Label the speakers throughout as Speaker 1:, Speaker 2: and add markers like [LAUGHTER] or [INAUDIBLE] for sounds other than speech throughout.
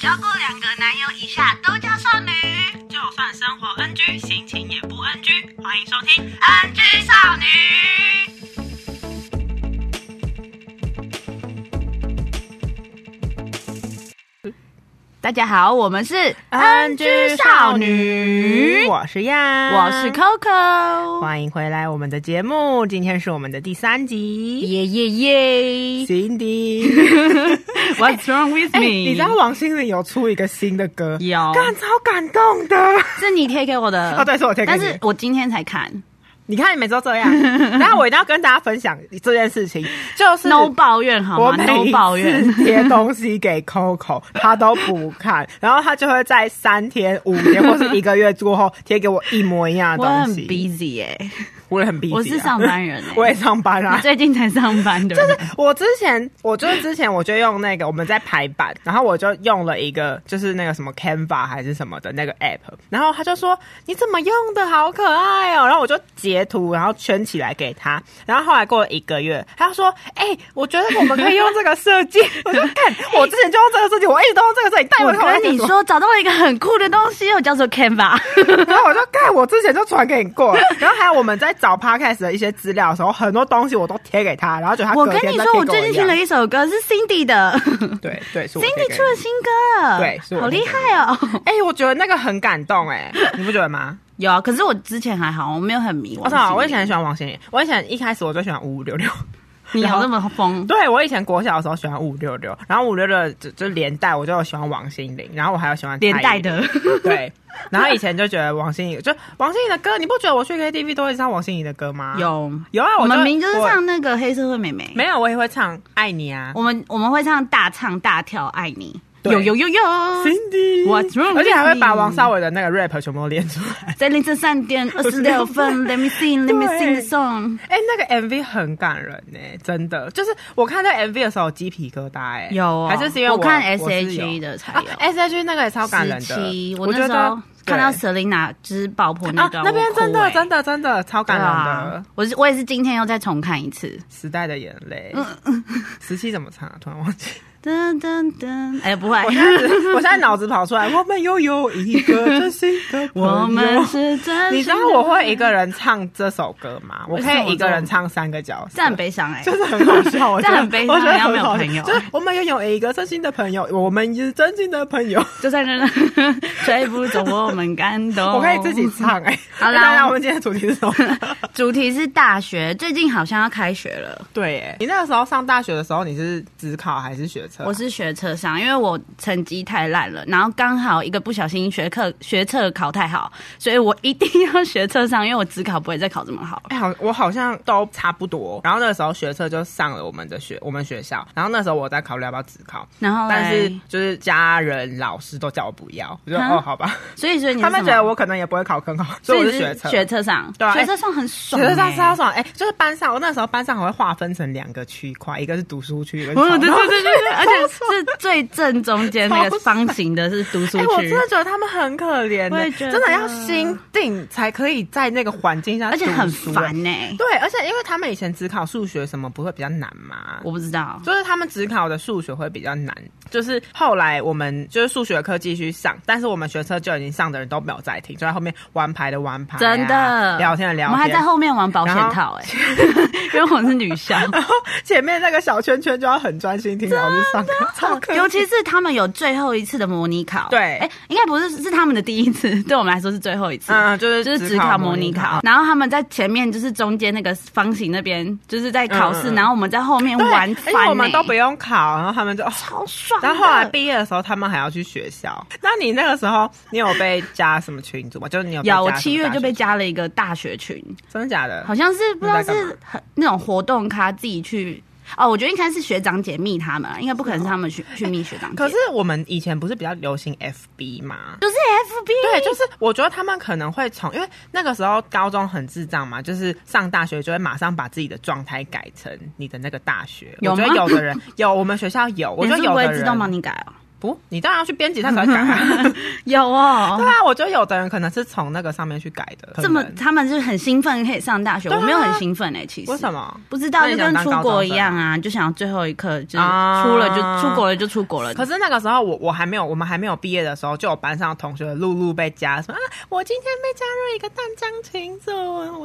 Speaker 1: 交过两个男友以下都叫少女。
Speaker 2: 就算生活 NG，心情也不 NG。欢迎收听
Speaker 1: NG 少女，大家好，我们是 NG 少女，
Speaker 2: 我是亚，
Speaker 1: 我是 Coco，
Speaker 2: 欢迎回来我们的节目，今天是我们的第三集。
Speaker 1: 耶耶耶 [LAUGHS]
Speaker 2: Cindy，
Speaker 1: ，What's wrong [LAUGHS] with
Speaker 2: 哎你知道王心凌有出一个新的歌，
Speaker 1: 有
Speaker 2: 干超感动的。
Speaker 1: 是你贴给我的，
Speaker 2: 哦对是我贴给
Speaker 1: 但
Speaker 2: 你
Speaker 1: 是我今天才看，
Speaker 2: 你看你每周这
Speaker 1: [LAUGHS]
Speaker 2: 样，然后我一定要跟大家分享这件事情，就是
Speaker 1: no 抱怨好
Speaker 2: 我
Speaker 1: 吗
Speaker 2: 每
Speaker 1: ？no 抱怨
Speaker 2: 一，次贴东西给 Coco，他都不看，然后他就会在三天、五天或是一个月过后贴给我一模一样的
Speaker 1: [LAUGHS] 我很
Speaker 2: 东西。
Speaker 1: busy 耶、
Speaker 2: [LAUGHS] 我也很逼、啊
Speaker 1: 我是上班人、欸
Speaker 2: [LAUGHS] ，我也上班
Speaker 1: 你
Speaker 2: 啊。
Speaker 1: 最近才上班的，就是
Speaker 2: 我之前，我就是之前我就用那个我们在排版，然后我就用了一个就是那个什么 Canva 还是什么的那个 app，然后他就说你怎么用的好可爱哦、然后我就截图然后圈起来给他，然后后来过了一个月，他就说哎、我觉得我们可以用这个设计， [LAUGHS] 我就看我之前就用这个设计，哎我一直都用这个设计，但
Speaker 1: 我
Speaker 2: 看在
Speaker 1: 跟
Speaker 2: 干
Speaker 1: 你
Speaker 2: 什么
Speaker 1: 说，找到了一个很酷的东西，我叫做 Canva。
Speaker 2: [LAUGHS] 然后我就看我之前就传给你过了，然后还有我们在找 podcast 的一些资料的时候，很多东西我都贴给他，然后就他
Speaker 1: 我
Speaker 2: 隔
Speaker 1: 跟
Speaker 2: 天
Speaker 1: 你
Speaker 2: 再
Speaker 1: 说，
Speaker 2: 贴
Speaker 1: 我
Speaker 2: 给
Speaker 1: 最近
Speaker 2: 一
Speaker 1: 听
Speaker 2: 样
Speaker 1: 了一首歌，是
Speaker 2: [LAUGHS]
Speaker 1: Cindy 的。
Speaker 2: 对对是我贴给
Speaker 1: Cindy
Speaker 2: 你
Speaker 1: 出了新歌，
Speaker 2: 对是我
Speaker 1: 好
Speaker 2: 贴
Speaker 1: 厉
Speaker 2: 给
Speaker 1: 害哦！ [LAUGHS]
Speaker 2: 哎、我觉得那个很感动哎、你不觉得吗？
Speaker 1: 有啊，可是我之前还好，我没有很迷
Speaker 2: 我
Speaker 1: 惘。
Speaker 2: 操，哦啊我以前很喜欢王心凌，我以前一开始我就喜欢五五六六。
Speaker 1: 你
Speaker 2: 然
Speaker 1: 有
Speaker 2: 后
Speaker 1: 那么疯？
Speaker 2: 对我以前国小的时候喜欢五六六，然后五六六就就连带我就有喜欢王心凌，然后我还有喜欢
Speaker 1: 连带
Speaker 2: 蔡依
Speaker 1: 的，
Speaker 2: 林 [LAUGHS] 对。然后以前就觉得王心凌，就王心凌的歌，你不觉得我去 KTV 都会唱王心凌的歌吗？
Speaker 1: [LAUGHS] 有
Speaker 2: 有啊，
Speaker 1: 我
Speaker 2: 我
Speaker 1: 们
Speaker 2: 就
Speaker 1: 明明就是
Speaker 2: 我
Speaker 1: 唱那个黑社会妹妹，
Speaker 2: 没有，我也会唱《爱你》啊。
Speaker 1: [LAUGHS] 我们我们会唱大唱大跳爱你，
Speaker 2: 对
Speaker 1: 有有有有，
Speaker 2: Cindy，
Speaker 1: What's wrong
Speaker 2: 而且还
Speaker 1: with
Speaker 2: 会把
Speaker 1: me？
Speaker 2: 王少伟的那个 rap 全部都练出来。
Speaker 1: 在凌晨三点二十
Speaker 2: [LAUGHS]
Speaker 1: 六分，Let me sing，Let me sing
Speaker 2: 对
Speaker 1: the song。
Speaker 2: [LAUGHS] 哎、那个 MV 很感人呢、真的，就是我看那 MV 的时候有鸡皮疙瘩哎、
Speaker 1: 有哦
Speaker 2: 还是是因为
Speaker 1: 我看
Speaker 2: 我是
Speaker 1: SHE
Speaker 2: 有
Speaker 1: 的才
Speaker 2: 啊
Speaker 1: 有
Speaker 2: ，S.H.E 那个也超感人
Speaker 1: 十
Speaker 2: 的
Speaker 1: 七，，我
Speaker 2: 我
Speaker 1: 那
Speaker 2: 觉
Speaker 1: 时
Speaker 2: 得
Speaker 1: 候看到
Speaker 2: 对
Speaker 1: Selina 就是爆破那
Speaker 2: 啊，
Speaker 1: 段，
Speaker 2: 那边真的真
Speaker 1: 的
Speaker 2: 的真的超感人的，
Speaker 1: 欸啊！我是我也是今天又再重看一次，
Speaker 2: 时代的眼泪》
Speaker 1: 嗯
Speaker 2: 十七怎么唱、啊？突然忘记，
Speaker 1: 噔噔噔，哎，不会，
Speaker 2: 我现在我现在脑子跑出来，我们又有一个真心的朋友
Speaker 1: [LAUGHS] 我们是真，
Speaker 2: 你知道我会一个人唱这首歌吗？我
Speaker 1: 为
Speaker 2: 可
Speaker 1: 什么
Speaker 2: 以一个人唱三个角色，
Speaker 1: 这很悲伤哎，
Speaker 2: [LAUGHS] 就是很好笑，我觉
Speaker 1: 这
Speaker 2: 得
Speaker 1: 很悲伤
Speaker 2: 我觉得
Speaker 1: 你要没有
Speaker 2: 很好笑
Speaker 1: 朋友
Speaker 2: 就是我们拥有一个真心的朋友，我们是真心的朋友。
Speaker 1: 就在那 [LAUGHS] 儿吹不走我们感动。
Speaker 2: 我可以自己唱哎、
Speaker 1: 哦好啦
Speaker 2: 那当然，我们今天的主题是什
Speaker 1: [LAUGHS]
Speaker 2: 么？
Speaker 1: 主题是大学，最近好像要开学了。
Speaker 2: 对、哎，你那个时候上大学的时候，你是只考还是学 [LAUGHS] 测？
Speaker 1: 我是学测上，因为我成绩太烂了，然后刚好一个不小心学课学测考太好，所以我一定要学测上，因为我只考不会再考这么好。
Speaker 2: 哎、好，我好像都差不多。然后那个时候学测就上了我们的学我们学校，然后那时候我在考虑要不要只考，
Speaker 1: 然后嘞，
Speaker 2: 但是就是家人老师都叫我不要，我就
Speaker 1: 啊
Speaker 2: 哦好吧，
Speaker 1: 所以所以你是
Speaker 2: 他们
Speaker 1: 什么
Speaker 2: 觉得我可能也不会考更好，所以我
Speaker 1: 所以
Speaker 2: 是
Speaker 1: 你
Speaker 2: 学测。
Speaker 1: 学测上，
Speaker 2: 对啊
Speaker 1: 学测上很爽、欸，
Speaker 2: 学上超爽哎、就是班上，我那时候班上还会划分成两个区块，一个是读书区，一个是
Speaker 1: 嗯，
Speaker 2: 考
Speaker 1: 对对
Speaker 2: 试
Speaker 1: 对对
Speaker 2: [LAUGHS]
Speaker 1: 对，而且是最正中间那个
Speaker 2: 超爽
Speaker 1: 方形的是读书
Speaker 2: 哎、我
Speaker 1: 区
Speaker 2: 真，的觉得他们很可怜
Speaker 1: 我
Speaker 2: 欸、
Speaker 1: 也觉得
Speaker 2: 真的要心定才可以在那个环境下
Speaker 1: 而且很
Speaker 2: 读书欸
Speaker 1: 烦呢、欸，
Speaker 2: 对，而且因为他们以前只考数学什么不会比较难嘛，
Speaker 1: 我不知道。
Speaker 2: 就是他们只考的数学会比较难。就是后来我们就是数学课继续上，但是我们学车就已经上的人都没有在听，就在后面玩牌的玩牌啊、
Speaker 1: 真的，
Speaker 2: 聊天的聊天，
Speaker 1: 我们还在后面玩保险套、哎， [LAUGHS] 因为我是女校，
Speaker 2: 然后 [LAUGHS] 前面那个小圈圈就要很专心听老师上课，超可
Speaker 1: 尤其是他们有最后一次的模拟考，
Speaker 2: 对
Speaker 1: 哎、应该不是是他们的第一次， [LAUGHS] 对我们来说是最后一次，
Speaker 2: 嗯，就是
Speaker 1: 就是只考模拟考，，然后他们在前面就是中间那个方形那边就是在考
Speaker 2: 嗯
Speaker 1: 试，
Speaker 2: 嗯嗯
Speaker 1: 然后我们在后面
Speaker 2: 对，
Speaker 1: 玩
Speaker 2: 而
Speaker 1: 翻、
Speaker 2: 且我们都不
Speaker 1: 哎
Speaker 2: 用考，然后他们就。哦
Speaker 1: 好爽的。
Speaker 2: 然后后来毕业的时候，他们还要去学校。那你那个时候，你有被加什么群组吗？就是你有被加
Speaker 1: 有，我
Speaker 2: 什么
Speaker 1: 七月
Speaker 2: 大
Speaker 1: 就被
Speaker 2: 学
Speaker 1: 加了一个大学群，
Speaker 2: 真的假的？
Speaker 1: 好像是不知道
Speaker 2: 你在干嘛
Speaker 1: 是很那种活动咖自己去。哦，我觉得应该是学长姐密他们啊，应该不可能是他们去去密学长姐。
Speaker 2: 可是我们以前不是比较流行 FB 吗？
Speaker 1: 就是 FB，
Speaker 2: 对，就是我觉得他们可能会从，因为那个时候高中很智障嘛，就是上大学就会马上把自己的状态改成你的那个大学。
Speaker 1: 有
Speaker 2: 我觉
Speaker 1: 吗
Speaker 2: 得有的人有，我们学校有，我
Speaker 1: [LAUGHS] 你
Speaker 2: 觉得
Speaker 1: 是
Speaker 2: 有
Speaker 1: 不会
Speaker 2: 的
Speaker 1: 自动帮
Speaker 2: 人
Speaker 1: 你改哦。
Speaker 2: 不，你当然要去编辑，他才会改、
Speaker 1: [LAUGHS]
Speaker 2: 啊。
Speaker 1: 有哦
Speaker 2: 对，啊，我觉得有的人可能是从那个上面去改的。
Speaker 1: 这么
Speaker 2: 可能
Speaker 1: 他们就是很兴奋可以上大学，
Speaker 2: 对啊
Speaker 1: 我没有很兴奋哎、其实
Speaker 2: 为什？么？
Speaker 1: 不知道，
Speaker 2: 那
Speaker 1: 就
Speaker 2: 你想
Speaker 1: 跟
Speaker 2: 当
Speaker 1: 出
Speaker 2: 高中
Speaker 1: 国
Speaker 2: 生
Speaker 1: 一样啊，就想最后一刻就是
Speaker 2: 啊
Speaker 1: 出了就、出国了就出国了。
Speaker 2: 可是那个时候我我还没有，我们还没有毕业的时候，就有班上的同学陆陆被加什么、啊，我今天被加入一个淡江群组，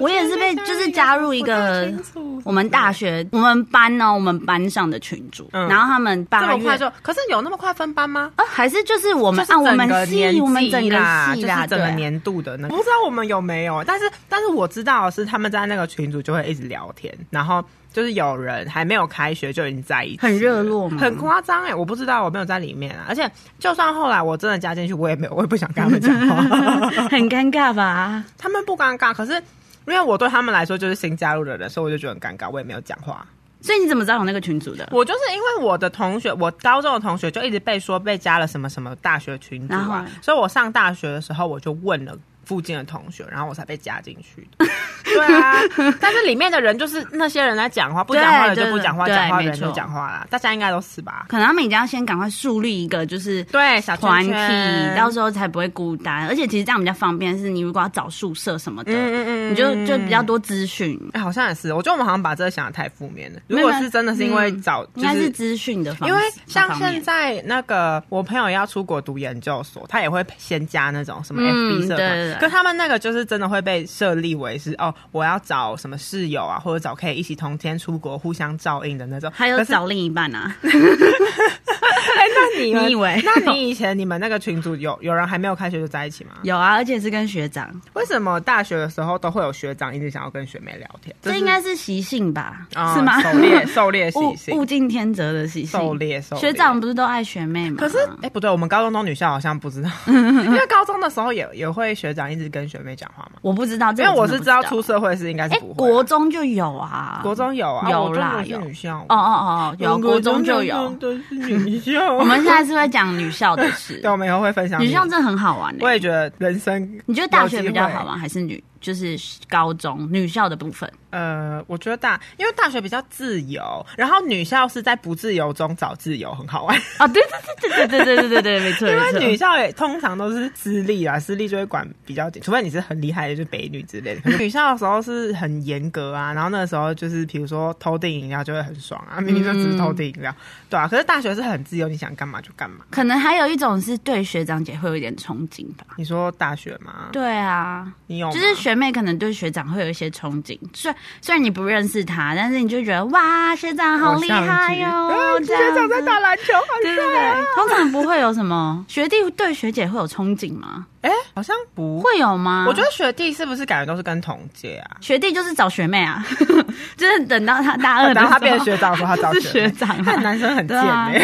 Speaker 1: 我也
Speaker 2: 今
Speaker 1: 是
Speaker 2: 天
Speaker 1: 被就是加入一个
Speaker 2: 复旦群组
Speaker 1: 我们大学我们班呢，我们班上的群主，
Speaker 2: 嗯
Speaker 1: 然后他们
Speaker 2: 这
Speaker 1: 八
Speaker 2: 么
Speaker 1: 月
Speaker 2: 快就，可是有那么快分班吗？
Speaker 1: 啊，还是就是我们
Speaker 2: 就是
Speaker 1: 啊，我
Speaker 2: 整个
Speaker 1: 们
Speaker 2: 年
Speaker 1: 系，我们
Speaker 2: 纪
Speaker 1: 整个
Speaker 2: 啦，
Speaker 1: 系
Speaker 2: 就
Speaker 1: 啦，
Speaker 2: 是整
Speaker 1: 对
Speaker 2: 个
Speaker 1: 啊。
Speaker 2: 年度的那个，不知道我们有没有，但是但是我知道的是他们在那个群组就会一直聊天，然后就是有人还没有开学就已经在一起了，
Speaker 1: 很热络吗
Speaker 2: 很夸张哎，我不知道，我没有在里面啊，而且就算后来我真的加进去，我也没有，我也不想跟他们讲 [LAUGHS] 话，
Speaker 1: 很尴尬吧？
Speaker 2: 他们不尴尬，可是。因为我对他们来说就是新加入的人，所以我就觉得很尴尬，我也没有讲话。
Speaker 1: 所以你怎么知道有那个群组的？
Speaker 2: 我就是因为我的同学，我高中的同学就一直被说被加了什么什么大学群组
Speaker 1: 然后
Speaker 2: 啊
Speaker 1: 呢，
Speaker 2: 所以我上大学的时候我就问了附近的同学，然后我才被加进去
Speaker 1: [LAUGHS]
Speaker 2: 的。对啊，但是里面的人就是那些人在讲话，不讲话的就不讲话，
Speaker 1: 对对
Speaker 2: 讲话的
Speaker 1: 没
Speaker 2: 人
Speaker 1: 错
Speaker 2: 就讲话啦，大家应该都是吧？
Speaker 1: 可能他们一定要先赶快树立一个就是
Speaker 2: 对，小圈
Speaker 1: 团体，
Speaker 2: 圈
Speaker 1: 到时候才不会孤单。而且其实这样比较方便，是你如果要找宿舍什么的，
Speaker 2: 嗯嗯嗯
Speaker 1: 你就
Speaker 2: 嗯
Speaker 1: 就比较多资讯，
Speaker 2: 哎、好像也是，我觉得我们好像把这个想的太负面了。
Speaker 1: 没
Speaker 2: 如
Speaker 1: 有
Speaker 2: 果是真的是因为
Speaker 1: 嗯
Speaker 2: 找，
Speaker 1: 应该
Speaker 2: 就是
Speaker 1: 资讯的方
Speaker 2: 因为像
Speaker 1: 方
Speaker 2: 现
Speaker 1: 面。
Speaker 2: 在那个我朋友要出国读研究所，他也会先加那种什么
Speaker 1: 嗯
Speaker 2: FB 社团，
Speaker 1: 对对对
Speaker 2: 可他们那个就是真的会被设立为是哦，我要找什么室友啊，或者找可以一起同天出国、互相照应的那种。
Speaker 1: 还有
Speaker 2: 可是
Speaker 1: 找另一半啊，
Speaker 2: [LAUGHS]
Speaker 1: [LAUGHS]
Speaker 2: 哎，那你们
Speaker 1: 你以为
Speaker 2: 那你以前你们那个群组有有人还没有开学就在一起吗？
Speaker 1: 有啊，而且是跟学长，
Speaker 2: 为什么大学的时候都会有学长一直想要跟学妹聊天？
Speaker 1: 这
Speaker 2: 是
Speaker 1: 应该是习性吧？
Speaker 2: 啊
Speaker 1: 是吗？
Speaker 2: 狩
Speaker 1: [LAUGHS]
Speaker 2: 猎狩猎习
Speaker 1: 物
Speaker 2: 性
Speaker 1: 物。竞天择的习性，
Speaker 2: 狩猎狩猎
Speaker 1: 学长不是都爱学妹吗？
Speaker 2: 可是，哎、不对，我们高中中女校好像不知
Speaker 1: [LAUGHS]
Speaker 2: 道，因为高中的时候也也会学长一直跟学妹讲话嘛。
Speaker 1: 我不知道，这
Speaker 2: 因
Speaker 1: 个
Speaker 2: 为我
Speaker 1: 真
Speaker 2: 是知
Speaker 1: 的不知
Speaker 2: 道出社会是应该
Speaker 1: 哎、
Speaker 2: 是不会啊、
Speaker 1: 国中就有啊，
Speaker 2: 国中嗯有啊，
Speaker 1: 有
Speaker 2: 我中
Speaker 1: 啦
Speaker 2: 国是
Speaker 1: 有
Speaker 2: 女校
Speaker 1: 哦哦哦，有国中就有。
Speaker 2: 都是女校。
Speaker 1: [LAUGHS] 我们下次会讲女校的事
Speaker 2: [LAUGHS] 对，，我们以后会分享
Speaker 1: 女校真的很好玩、
Speaker 2: 我
Speaker 1: 欸。
Speaker 2: 也觉得人生，
Speaker 1: 你觉得大学比较
Speaker 2: 欸
Speaker 1: 好？玩，还是女就是高中女校的部分？
Speaker 2: 呃，我觉得大，因为大学比较自由，然后女校是在不自由中找自由，很好玩。
Speaker 1: 哦，对对对对对对对对对，没啊错
Speaker 2: 因
Speaker 1: 没
Speaker 2: 为女
Speaker 1: 错。
Speaker 2: 校也通常都是私立啊，私立就会管比较紧，除非你是很厉害的，就是北女之类
Speaker 1: [LAUGHS]
Speaker 2: 的。可是女校的时候是很严格啊，然后那个时候就是比如说偷订饮料就会很爽
Speaker 1: 嗯
Speaker 2: 啊，明明就只是偷订饮料，对啊。可是大学是很自由，你想干嘛就干嘛。
Speaker 1: 可能还有一种是对学长姐会有一点憧憬吧。
Speaker 2: 你说大学吗？
Speaker 1: 对啊，
Speaker 2: 你有吗
Speaker 1: 就是学妹可能对学长会有一些憧憬，虽虽然你不认识他，但是你就觉得哇，学长好厉害哟、
Speaker 2: 啊
Speaker 1: 这
Speaker 2: 学
Speaker 1: 样子
Speaker 2: 长在打篮球，好
Speaker 1: 对对
Speaker 2: 帅啊！
Speaker 1: 对，通常不会有什么学弟对学姐会有憧憬吗？
Speaker 2: 哎、好像不会。
Speaker 1: 会有吗？
Speaker 2: 我觉得学弟是不是感觉都是跟同届啊？
Speaker 1: 学弟就是找学妹啊， [LAUGHS] 就是等到他大二的时
Speaker 2: 然
Speaker 1: 候，
Speaker 2: 后他变成学长的时候，他
Speaker 1: [LAUGHS]
Speaker 2: 找
Speaker 1: 是
Speaker 2: 学
Speaker 1: 学
Speaker 2: 妹
Speaker 1: 长、
Speaker 2: 看
Speaker 1: 啊。
Speaker 2: 男生很
Speaker 1: 对
Speaker 2: 贱
Speaker 1: 啊
Speaker 2: 哎、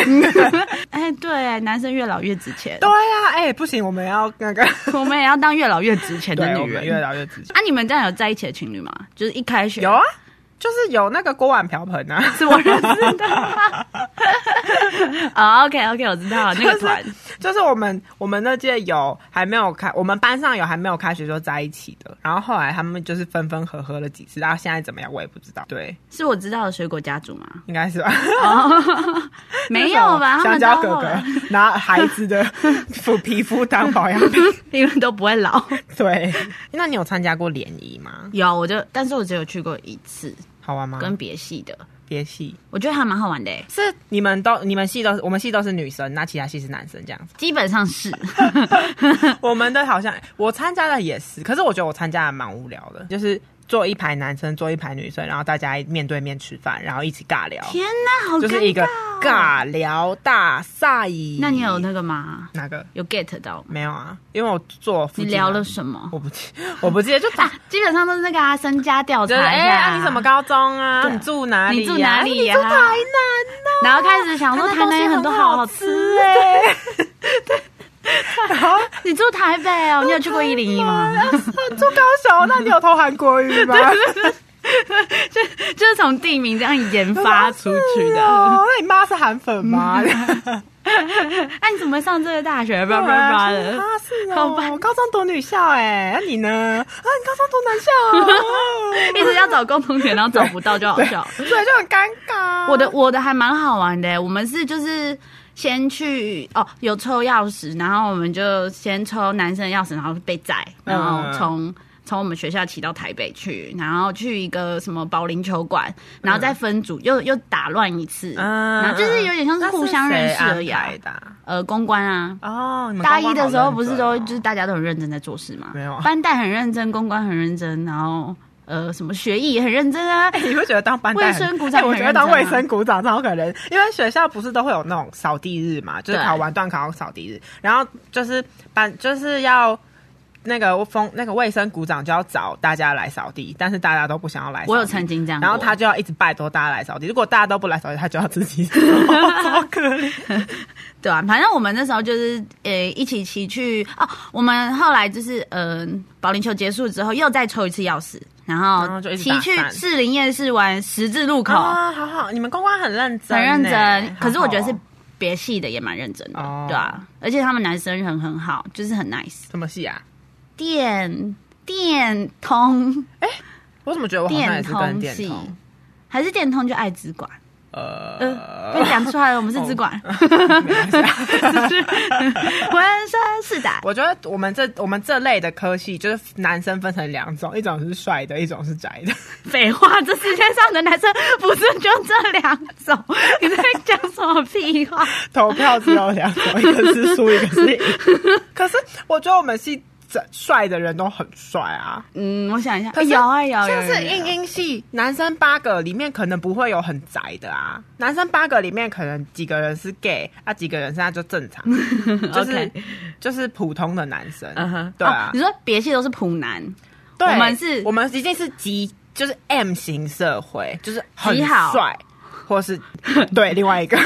Speaker 2: 欸。，
Speaker 1: [LAUGHS] 哎，对，男生越老越值钱
Speaker 2: 对，啊，哎、不行，我们要那个，
Speaker 1: 我们也要当越老越值钱的
Speaker 2: 对，我
Speaker 1: 女
Speaker 2: 们
Speaker 1: 哎人。
Speaker 2: 越聊越直接。
Speaker 1: 啊，你们这样有在一起的情侣吗？就是一开学
Speaker 2: 有啊，就是有那个锅碗瓢盆啊， [LAUGHS]
Speaker 1: 是我认识的吗？啊、o k OK，我知道了，那个团
Speaker 2: 就是我们我们那届有还没有开，我们班上有还没有开学就在一起的，然后后来他们就是分分合合了几次，然后现在怎么样我也不知道，对，
Speaker 1: 是我知道的水果家
Speaker 2: [LAUGHS]
Speaker 1: 族吗？
Speaker 2: 应该是吧？ [LAUGHS]
Speaker 1: 哦， [LAUGHS] 没有吧？他
Speaker 2: 香
Speaker 1: 们
Speaker 2: 蕉
Speaker 1: 到
Speaker 2: 哥
Speaker 1: 后
Speaker 2: 哥
Speaker 1: 来
Speaker 2: [LAUGHS] 拿孩子的肤皮肤当保养
Speaker 1: [LAUGHS]
Speaker 2: 品，
Speaker 1: 你们都不会老。
Speaker 2: 对。那你有参加过联谊吗？
Speaker 1: 有，我就，但是我只有去过一次，
Speaker 2: 好玩吗？
Speaker 1: 跟别系的，
Speaker 2: 别系
Speaker 1: 我觉得还蛮好玩的、欸，
Speaker 2: 是你们都你们系都是我们系都是女生，那其他系是男生这样子。
Speaker 1: 基本上
Speaker 2: [LAUGHS]
Speaker 1: 是。
Speaker 2: 我们的好像我参加的也是，可是我觉得我参加的蛮无聊的，就是坐一排男生，坐一排女生，然后大家面对面吃饭，然后一起尬聊，
Speaker 1: 天哪，好尴尬、哦！
Speaker 2: 就是一个尬聊大赛。
Speaker 1: 那你有那个吗？
Speaker 2: 哪个？
Speaker 1: 有 get 到吗？
Speaker 2: 没有啊，因为我坐附
Speaker 1: 你
Speaker 2: 近啊
Speaker 1: 聊了什么？
Speaker 2: 我不记，我不记
Speaker 1: [LAUGHS]
Speaker 2: 得，就打。
Speaker 1: 基本上都是那个啊，身家调查
Speaker 2: 就是
Speaker 1: 一下、
Speaker 2: 哎、啊你什么高中啊？
Speaker 1: 对
Speaker 2: 你住哪里、
Speaker 1: 你住哪里呀、
Speaker 2: 哎你住台南呐、
Speaker 1: 然后开始想说
Speaker 2: 台
Speaker 1: 台
Speaker 2: 南
Speaker 1: 南有
Speaker 2: 东西
Speaker 1: 很多
Speaker 2: 很
Speaker 1: 好
Speaker 2: 好
Speaker 1: 吃
Speaker 2: 吃
Speaker 1: 哎、
Speaker 2: 哎、然 [LAUGHS] 后
Speaker 1: 你住台北哦，你有去
Speaker 2: [LAUGHS]
Speaker 1: 过一零一吗？
Speaker 2: 住呃高雄，那你有偷韩国语吗？
Speaker 1: 就是从地名这样研发出去
Speaker 2: 是
Speaker 1: 的。嗯
Speaker 2: 哦，那你妈是韩粉吗？
Speaker 1: 哎、你怎么上这个大学？叭叭叭的
Speaker 2: 啊，，是
Speaker 1: 好
Speaker 2: 哦，
Speaker 1: 吧
Speaker 2: 我高中读女校哎、那、你呢？啊，你高中读男校、
Speaker 1: [LAUGHS]
Speaker 2: 哦，
Speaker 1: [LAUGHS] 一直要找共同点，然后找不到就好笑。
Speaker 2: 对，就很尴尬。
Speaker 1: 欸我的我的还蛮好玩的、我们是就是先去哦，有抽钥匙，然后我们就先抽男生的钥匙，然后被载，然
Speaker 2: 嗯
Speaker 1: 后从。从我们学校骑到台北去，然后去一个什么保龄球馆，然后再分组，又又打乱一次，
Speaker 2: 嗯
Speaker 1: 然后就是有点像是互相认识而已、啊
Speaker 2: 那是谁安排。的啊
Speaker 1: 呃，公关啊，
Speaker 2: 哦，你们
Speaker 1: 大
Speaker 2: 公
Speaker 1: 一
Speaker 2: 关好
Speaker 1: 的时候不是
Speaker 2: 认真哦
Speaker 1: 都就是大家都很认真在做事嘛？
Speaker 2: 没有啊
Speaker 1: 班代很认真，公关很认真，然后呃什么学艺也很认真
Speaker 2: [LAUGHS]
Speaker 1: 啊。
Speaker 2: 你会觉得当班带很
Speaker 1: 卫生股长
Speaker 2: 哎我
Speaker 1: 很
Speaker 2: 觉得当
Speaker 1: 认真
Speaker 2: 卫
Speaker 1: 啊
Speaker 2: 生股长超可怜，因为学校不是都会有那种扫地日嘛，就是
Speaker 1: 对
Speaker 2: 考完段考扫地日，然后就是班就是要。那个风，那个卫生股长就要找大家来扫地，但是大家都不想要来扫地。
Speaker 1: 我有曾经这样过，
Speaker 2: 然后他就要一直拜托大家来扫地。如果大家都不来扫地，他就要自己扫， [LAUGHS] 超可怜。
Speaker 1: 对啊，反正我们那时候就是呃一起骑去哦，我们后来就是呃保龄球结束之后又再抽一次钥匙，然
Speaker 2: 然后
Speaker 1: 后
Speaker 2: 就一直
Speaker 1: 骑
Speaker 2: 打
Speaker 1: 去
Speaker 2: 散
Speaker 1: 士林夜市玩十字路口，
Speaker 2: 啊，好好，你们公关很认真
Speaker 1: 很
Speaker 2: 欸，
Speaker 1: 认真。可是我觉得
Speaker 2: 好
Speaker 1: 是
Speaker 2: 好哦
Speaker 1: 别系的也蛮认真的，
Speaker 2: 哦
Speaker 1: 对啊，而且他们男生人很好，就是很 nice。
Speaker 2: 什么戏啊？
Speaker 1: 电电通
Speaker 2: 我怎么觉得我好像哦也
Speaker 1: 电
Speaker 2: 是跟
Speaker 1: 通
Speaker 2: 电
Speaker 1: 系
Speaker 2: 通？
Speaker 1: 还是电通就爱资管，
Speaker 2: 呃
Speaker 1: 呃，
Speaker 2: [LAUGHS]
Speaker 1: 被讲出来了，我们是资管，
Speaker 2: 哦
Speaker 1: [LAUGHS] 我们说是的，
Speaker 2: 我觉得我们这我们这类的科系，就是男生分成两种，一种是帅的，一种是宅的。 [LAUGHS]
Speaker 1: 废话，这世界上的男生不是就这两种？你在讲什么屁话？
Speaker 2: 投票只有两种，一个是输，一个是赢。可是我觉得我们系整帅的人都很帅啊，
Speaker 1: [LAUGHS] 嗯，我想一下，
Speaker 2: 可是
Speaker 1: 有啊有啊，有
Speaker 2: 像
Speaker 1: 啊
Speaker 2: 是
Speaker 1: 有啊
Speaker 2: 英英系男生八个里面可能不会有很宅的啊，男生八个里面可能几个人是 gay 啊，几个人现在就正
Speaker 1: [LAUGHS]
Speaker 2: 常，就是
Speaker 1: OK
Speaker 2: 就是普通的男生
Speaker 1: 嗯哼，
Speaker 2: 对啊
Speaker 1: 哦，你说别系都是普男，
Speaker 2: 对，
Speaker 1: 我们是
Speaker 2: 我们一定是极就是 M 型社会，就是很
Speaker 1: 极好
Speaker 2: 帅，或是对另外一个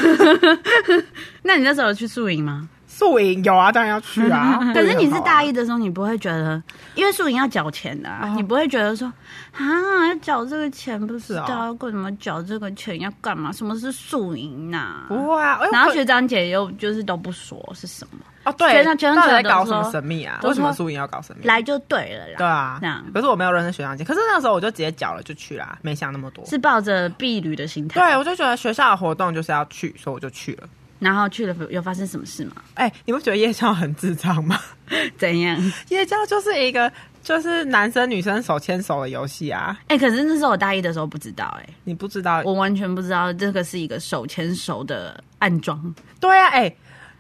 Speaker 2: [LAUGHS]
Speaker 1: 那你那时候有去宿营吗？
Speaker 2: 宿营有啊，当然要去啊。
Speaker 1: [LAUGHS] 可是你是大
Speaker 2: 一，
Speaker 1: 一的时候，啊你不会觉得，因为宿营要缴钱的、啊，你不会觉得说啊要缴这个钱，不知
Speaker 2: 是哦
Speaker 1: 道要干嘛缴这个钱要干嘛？什么是宿营呐、
Speaker 2: 不会啊。哎
Speaker 1: 然后
Speaker 2: 我
Speaker 1: 学长姐又就是都不说是什么，
Speaker 2: 哦，对，
Speaker 1: 学长学长
Speaker 2: 到底在
Speaker 1: 姐都
Speaker 2: 搞什么
Speaker 1: 说
Speaker 2: 神秘啊？
Speaker 1: 都
Speaker 2: 为什么
Speaker 1: 说
Speaker 2: 宿营要搞神秘？
Speaker 1: 来就对了啦。
Speaker 2: 对啊
Speaker 1: 这样，
Speaker 2: 可是我没有认识学长姐，可是那时候我就直接缴了就去啦，没想那么多。
Speaker 1: 是抱着避旅的心态。
Speaker 2: 对，我就觉得学校的活动就是要去，所以我就去了。
Speaker 1: 然后去了有发生什么事
Speaker 2: [LAUGHS]
Speaker 1: 吗？
Speaker 2: 哎、你不觉得夜校很智障吗？ [LAUGHS]
Speaker 1: 怎样？
Speaker 2: 夜校就是一个就是男生女生手牵手的游戏啊，
Speaker 1: 哎、可是那时候我大一的时候不知道、哎，
Speaker 2: 你不知道
Speaker 1: 我完全不知道这个是一个手牵手的暗装。
Speaker 2: 对啊，哎、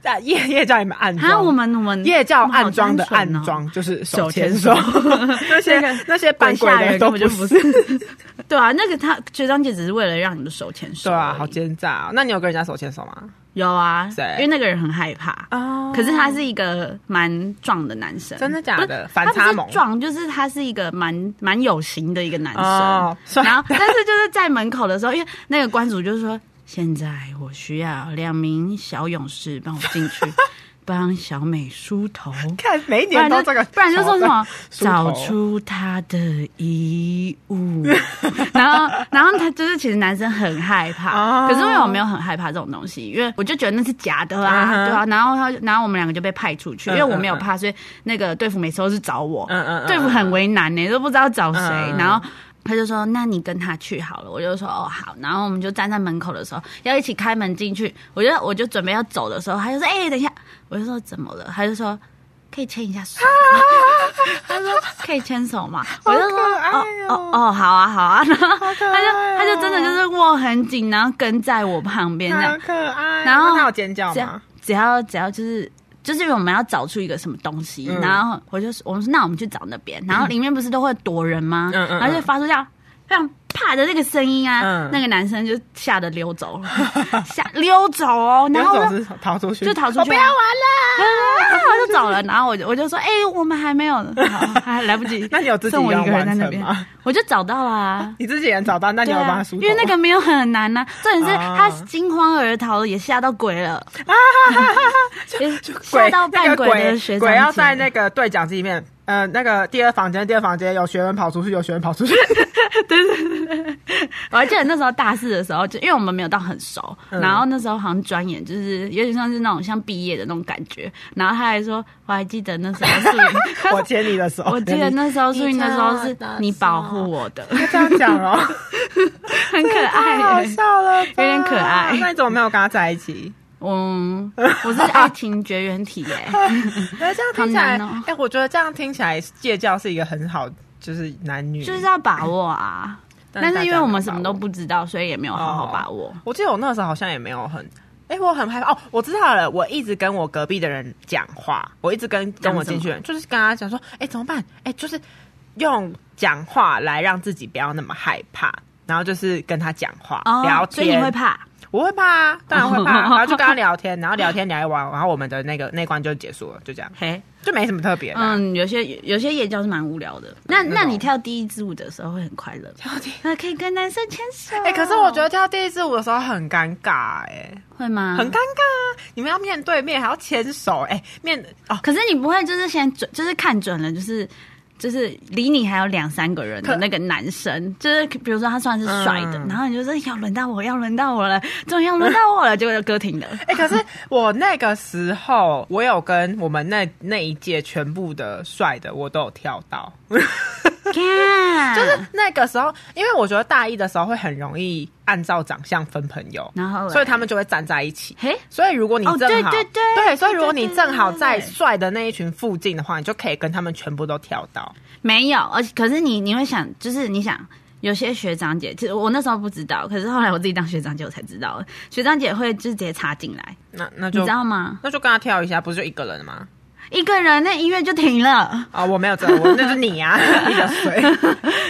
Speaker 2: 啊夜夜教你们暗
Speaker 1: 哈，
Speaker 2: 装，
Speaker 1: 啊我们我们
Speaker 2: 夜教
Speaker 1: 我们好
Speaker 2: 暗装的
Speaker 1: 单
Speaker 2: 暗
Speaker 1: 纯哦
Speaker 2: 装就是手
Speaker 1: 手
Speaker 2: 牵
Speaker 1: 牵
Speaker 2: 手
Speaker 1: 手， [LAUGHS]
Speaker 2: 那些那些扮鬼
Speaker 1: 吓
Speaker 2: 的
Speaker 1: 人
Speaker 2: 都
Speaker 1: 根本就不
Speaker 2: 是，
Speaker 1: 是。对啊，那个他学长姐只是为了让你们手牵
Speaker 2: [LAUGHS]
Speaker 1: 手
Speaker 2: 对
Speaker 1: 而已。
Speaker 2: 啊，好奸诈、啊！那你有跟人家手牵手吗？
Speaker 1: 有啊
Speaker 2: 谁，
Speaker 1: 因为那个人很害怕。
Speaker 2: 啊
Speaker 1: 可是 [LAUGHS] 他是一个蛮壮的男生，
Speaker 2: 真的假的
Speaker 1: 不是
Speaker 2: 反差
Speaker 1: 他不
Speaker 2: 萌
Speaker 1: 是壮就是他是一个蛮蛮有型的一个男生。
Speaker 2: 哦帅
Speaker 1: 然后，但是就是在门口的时候，因为那个关主就是说，现在我需要两名小勇士帮我进
Speaker 2: [LAUGHS]
Speaker 1: 去帮小美梳头。
Speaker 2: 看每一
Speaker 1: 不
Speaker 2: 年
Speaker 1: 然
Speaker 2: 都
Speaker 1: 就
Speaker 2: 这个，
Speaker 1: 不然就说什么
Speaker 2: 梳头
Speaker 1: 找出他的遗
Speaker 2: [LAUGHS]
Speaker 1: 物，然后然后他就是其实男生很害
Speaker 2: 哦
Speaker 1: 怕，可是因为我没有很害怕这种东西，因为我就觉得那是假的
Speaker 2: 嗯哼
Speaker 1: 啊，对啊，然后他就然后我们两个就被派出去，
Speaker 2: 嗯
Speaker 1: 因为我没有
Speaker 2: 嗯嗯
Speaker 1: 怕，所以那个队服每次都是找我，
Speaker 2: 嗯嗯嗯
Speaker 1: 队服很为难呢，都不知道找谁
Speaker 2: 嗯嗯，嗯
Speaker 1: 然后。他就说：“那你跟他去好了。”我就说：“哦，好。”然后我们就站在门口的时候，要一起开门进去。我就我就准备要走的时候，他就说：“哎、等一下。”我就说：“怎么了？”他就说：“可以牵一下手。”他说：“可以牵手吗？”
Speaker 2: 好
Speaker 1: 我
Speaker 2: 可
Speaker 1: 就说：“
Speaker 2: 爱
Speaker 1: 哦
Speaker 2: 哦
Speaker 1: 哦哦，好啊好啊。”然 [LAUGHS] 后他
Speaker 2: 可
Speaker 1: 就
Speaker 2: 爱哦
Speaker 1: 他就真的就是握很紧，然后跟在我旁边这
Speaker 2: 好
Speaker 1: 样。
Speaker 2: 可爱。哦
Speaker 1: 然后
Speaker 2: 那他有尖叫
Speaker 1: 只要
Speaker 2: 吗？
Speaker 1: 只要只要就是就是因为我们要找出一个什么东西，
Speaker 2: 嗯
Speaker 1: 然后我就说我们说那我们去找那边，然后里面不是都会躲人吗？
Speaker 2: 嗯嗯嗯
Speaker 1: 然后就发出这样这样啪的那个声音啊，
Speaker 2: 嗯
Speaker 1: 那个男生就吓得溜走了， [LAUGHS] 吓溜走哦，然后
Speaker 2: 有
Speaker 1: 我就
Speaker 2: 种是逃出去，
Speaker 1: 就逃出
Speaker 2: 我
Speaker 1: 去
Speaker 2: 不要
Speaker 1: 啊
Speaker 2: 玩
Speaker 1: [LAUGHS]
Speaker 2: 了。
Speaker 1: 然后我就走了，然后我就我就说，哎、我们还没有，好还来不及
Speaker 2: [LAUGHS] 。那你有自己
Speaker 1: 剩我一
Speaker 2: 要
Speaker 1: 个人在
Speaker 2: 完
Speaker 1: 那
Speaker 2: 成
Speaker 1: 边
Speaker 2: 吗？，
Speaker 1: 我就找到了、啊。
Speaker 2: 你自己人找到，那你
Speaker 1: 对
Speaker 2: 有帮
Speaker 1: 啊
Speaker 2: 他，梳
Speaker 1: 因
Speaker 2: 头？
Speaker 1: 为那个没有很难呐、重点是
Speaker 2: 啊
Speaker 1: 他惊慌而逃，也吓到鬼了，
Speaker 2: [LAUGHS]
Speaker 1: 也吓
Speaker 2: 鬼
Speaker 1: 到
Speaker 2: 那
Speaker 1: 扮
Speaker 2: 个
Speaker 1: 鬼的学长姐
Speaker 2: 鬼要在那个对讲机里面，呃，那个第二房间，第二房间有学员跑出去，有学员跑出
Speaker 1: [LAUGHS]
Speaker 2: 去，
Speaker 1: 我还记得那时候大四的时候，就因为我们没有到很熟，然后那时候好像转眼就是有点像是那种像毕业的那种感觉。然后他还说，我还记得那时候
Speaker 2: [LAUGHS]
Speaker 1: 素云，
Speaker 2: 我牵你的手，
Speaker 1: 我记得那时候素云的时候
Speaker 3: 你
Speaker 1: 是
Speaker 3: 牵我的手
Speaker 1: 你保护我的，
Speaker 2: 他这样讲
Speaker 1: [LAUGHS]
Speaker 2: 哦，
Speaker 1: 很可
Speaker 2: 太
Speaker 1: 爱、
Speaker 2: 好
Speaker 1: 欸。 [LAUGHS]
Speaker 2: 笑了吧，
Speaker 1: 有点可爱
Speaker 2: 那你怎么没有跟他在一起？
Speaker 1: 嗯，我是爱情绝缘体 [LAUGHS] 耶、
Speaker 2: 那这样听起来，
Speaker 1: 好哦
Speaker 2: 哎、
Speaker 1: 难哦
Speaker 2: 我觉得这样听起来戒教是一个很好，就是男女。
Speaker 1: 就是要把握啊。但是因为我们什么都不知道，所以也没有好好把握。
Speaker 2: 我记得我那时候好像也没有很，哎、我很害怕哦。我知道了，我一直跟我隔壁的人讲话，我一直跟跟我进去的人，就是跟他讲说，哎、怎么办？哎、就是用讲话来让自己不要那么害怕。然后就是跟他讲话、聊
Speaker 1: 哦所以你
Speaker 2: 天，
Speaker 1: 会怕？
Speaker 2: 我会怕啊，当然会
Speaker 1: [LAUGHS]
Speaker 2: 怕啊、然后就跟他聊天，然后聊天聊一玩，然后我们的那个那关就结束了，就这样，
Speaker 1: 嘿，
Speaker 2: 就没什么特别的啊、
Speaker 1: 嗯，有些有些夜教是蛮无聊的。那那你跳第一支舞的时候会很快乐，
Speaker 2: 跳第
Speaker 1: 那可以跟男生牵手。
Speaker 2: 哎、可是我觉得跳第一支舞的时候很尴尬、哎、
Speaker 1: 会吗？
Speaker 2: 很尴尬啊！你们要面对面，还要牵手，哎、面哦，
Speaker 1: 可是你不会就是先准，就是看准了，就是就是离你还有两三个人的
Speaker 2: 可
Speaker 1: 那个男生，就是比如说他算是帅的，
Speaker 2: 嗯
Speaker 1: 然后你就说要轮到我，要轮到我了，终于要轮到我了，结果就歌停了。
Speaker 2: [LAUGHS] 哎、可是我那个时候，我有跟我们那那一届全部的帅的，我都有跳到。
Speaker 1: 嗯看，
Speaker 2: 就是那个时候，因为我觉得大一的时候会很容易按照长相分朋友，
Speaker 1: 然后嘞
Speaker 2: 所以他们就会站在一起。
Speaker 1: 嘿，
Speaker 2: 所以如果你
Speaker 1: 哦
Speaker 2: 正好、
Speaker 1: 对对对
Speaker 2: 所以如果
Speaker 1: 对对
Speaker 2: 你
Speaker 1: 对
Speaker 2: 正好在
Speaker 1: 对对
Speaker 2: 帅的那一群附近的话，你就可以跟他们全部都跳到。
Speaker 1: 没有，而且可是你你会想，就是你想。有些学长姐，其实我那时候不知道，可是后来我自己当学长姐，我才知道，学长姐会就是直接插进来，
Speaker 2: 那那
Speaker 1: 你
Speaker 2: 就
Speaker 1: 知道吗？
Speaker 2: 那就跟他跳一下，不是就一个人吗？
Speaker 1: 一个人那音乐就停了。
Speaker 2: 啊、我没有这个，我那是你啊，你的
Speaker 1: [LAUGHS]
Speaker 2: 水。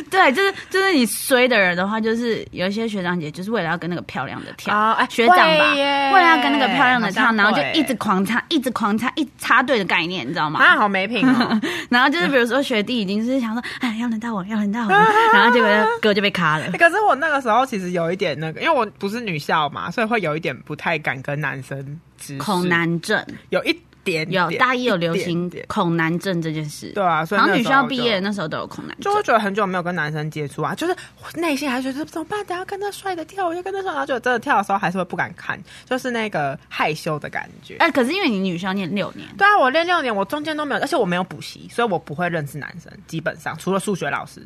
Speaker 1: 对，就是就是你衰的人的话，就是有一些学长姐就是为了要跟那个漂亮的跳，
Speaker 2: 啊哎
Speaker 1: 哦学长吧，
Speaker 2: 会耶
Speaker 1: 为了要跟那个漂亮的跳，
Speaker 2: 好像
Speaker 1: 然后就
Speaker 2: 会
Speaker 1: 一直狂插，一直狂插，一直插队的概念，你知道吗？
Speaker 2: 啊，好没品哦！
Speaker 1: 然后就是比如说学弟已经是想说，哎，要轮到我，要
Speaker 2: [LAUGHS]
Speaker 1: 轮到我，然后结果歌就被卡了
Speaker 2: 欸。可 [LAUGHS] 是我那个时候其实有一点那个，因为我不是女校嘛，所以会有一点不太敢跟男生直视
Speaker 1: 恐，男症
Speaker 2: 有一点点
Speaker 1: 有大一有流
Speaker 2: 一
Speaker 1: 行
Speaker 2: 点点
Speaker 1: 恐男症这件事，
Speaker 2: 对啊，所以
Speaker 1: 好
Speaker 2: 那
Speaker 1: 像女
Speaker 2: 时候
Speaker 1: 校
Speaker 2: 就
Speaker 1: 毕业。那时候都有恐男
Speaker 2: 就
Speaker 1: 症
Speaker 2: 会。觉得很久没有跟男生接触啊，就是内心还觉得怎么办？等下跟那帅的跳，我就跟那帅的，然后就真的跳的时候还是会不敢看，就是那个害羞的感觉。
Speaker 1: 哎、可是因为你女校念六年，
Speaker 2: 对啊，我练六年，我中间都没有，而且我没有补习，所以我不会认识男生，基本上除了数学老师。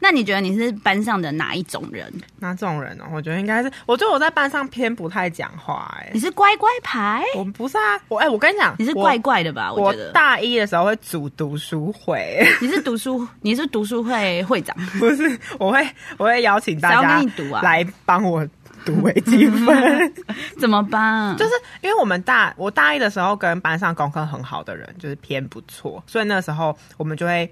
Speaker 1: 那你觉得你是班上的哪一种人？
Speaker 2: 那这种人呢、哦我觉得应该是，我觉得我在班上偏不太讲话、哎
Speaker 1: 你是乖乖牌？
Speaker 2: 哎，我不是啊，我哎、我跟你讲，
Speaker 1: 你是
Speaker 2: 我
Speaker 1: 怪怪的吧？我
Speaker 2: 我
Speaker 1: 觉得
Speaker 2: 大一的时候会组读书会， [LAUGHS]
Speaker 1: 你是读书，你是读书会会长，
Speaker 2: 不是，我会我会邀请大
Speaker 1: 谁要
Speaker 2: 家
Speaker 1: 跟你读啊
Speaker 2: 来帮我读微积分，
Speaker 1: [LAUGHS] 怎么办？
Speaker 2: 就是因为我们大我大一的时候跟班上功课很好的人就是偏不错，所以那时候我们就会